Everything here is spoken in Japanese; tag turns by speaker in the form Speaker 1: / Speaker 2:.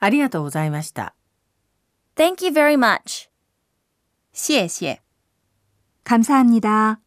Speaker 1: ありがとうございました。
Speaker 2: Thank you very much.
Speaker 3: 谢谢。
Speaker 4: 감사합니다.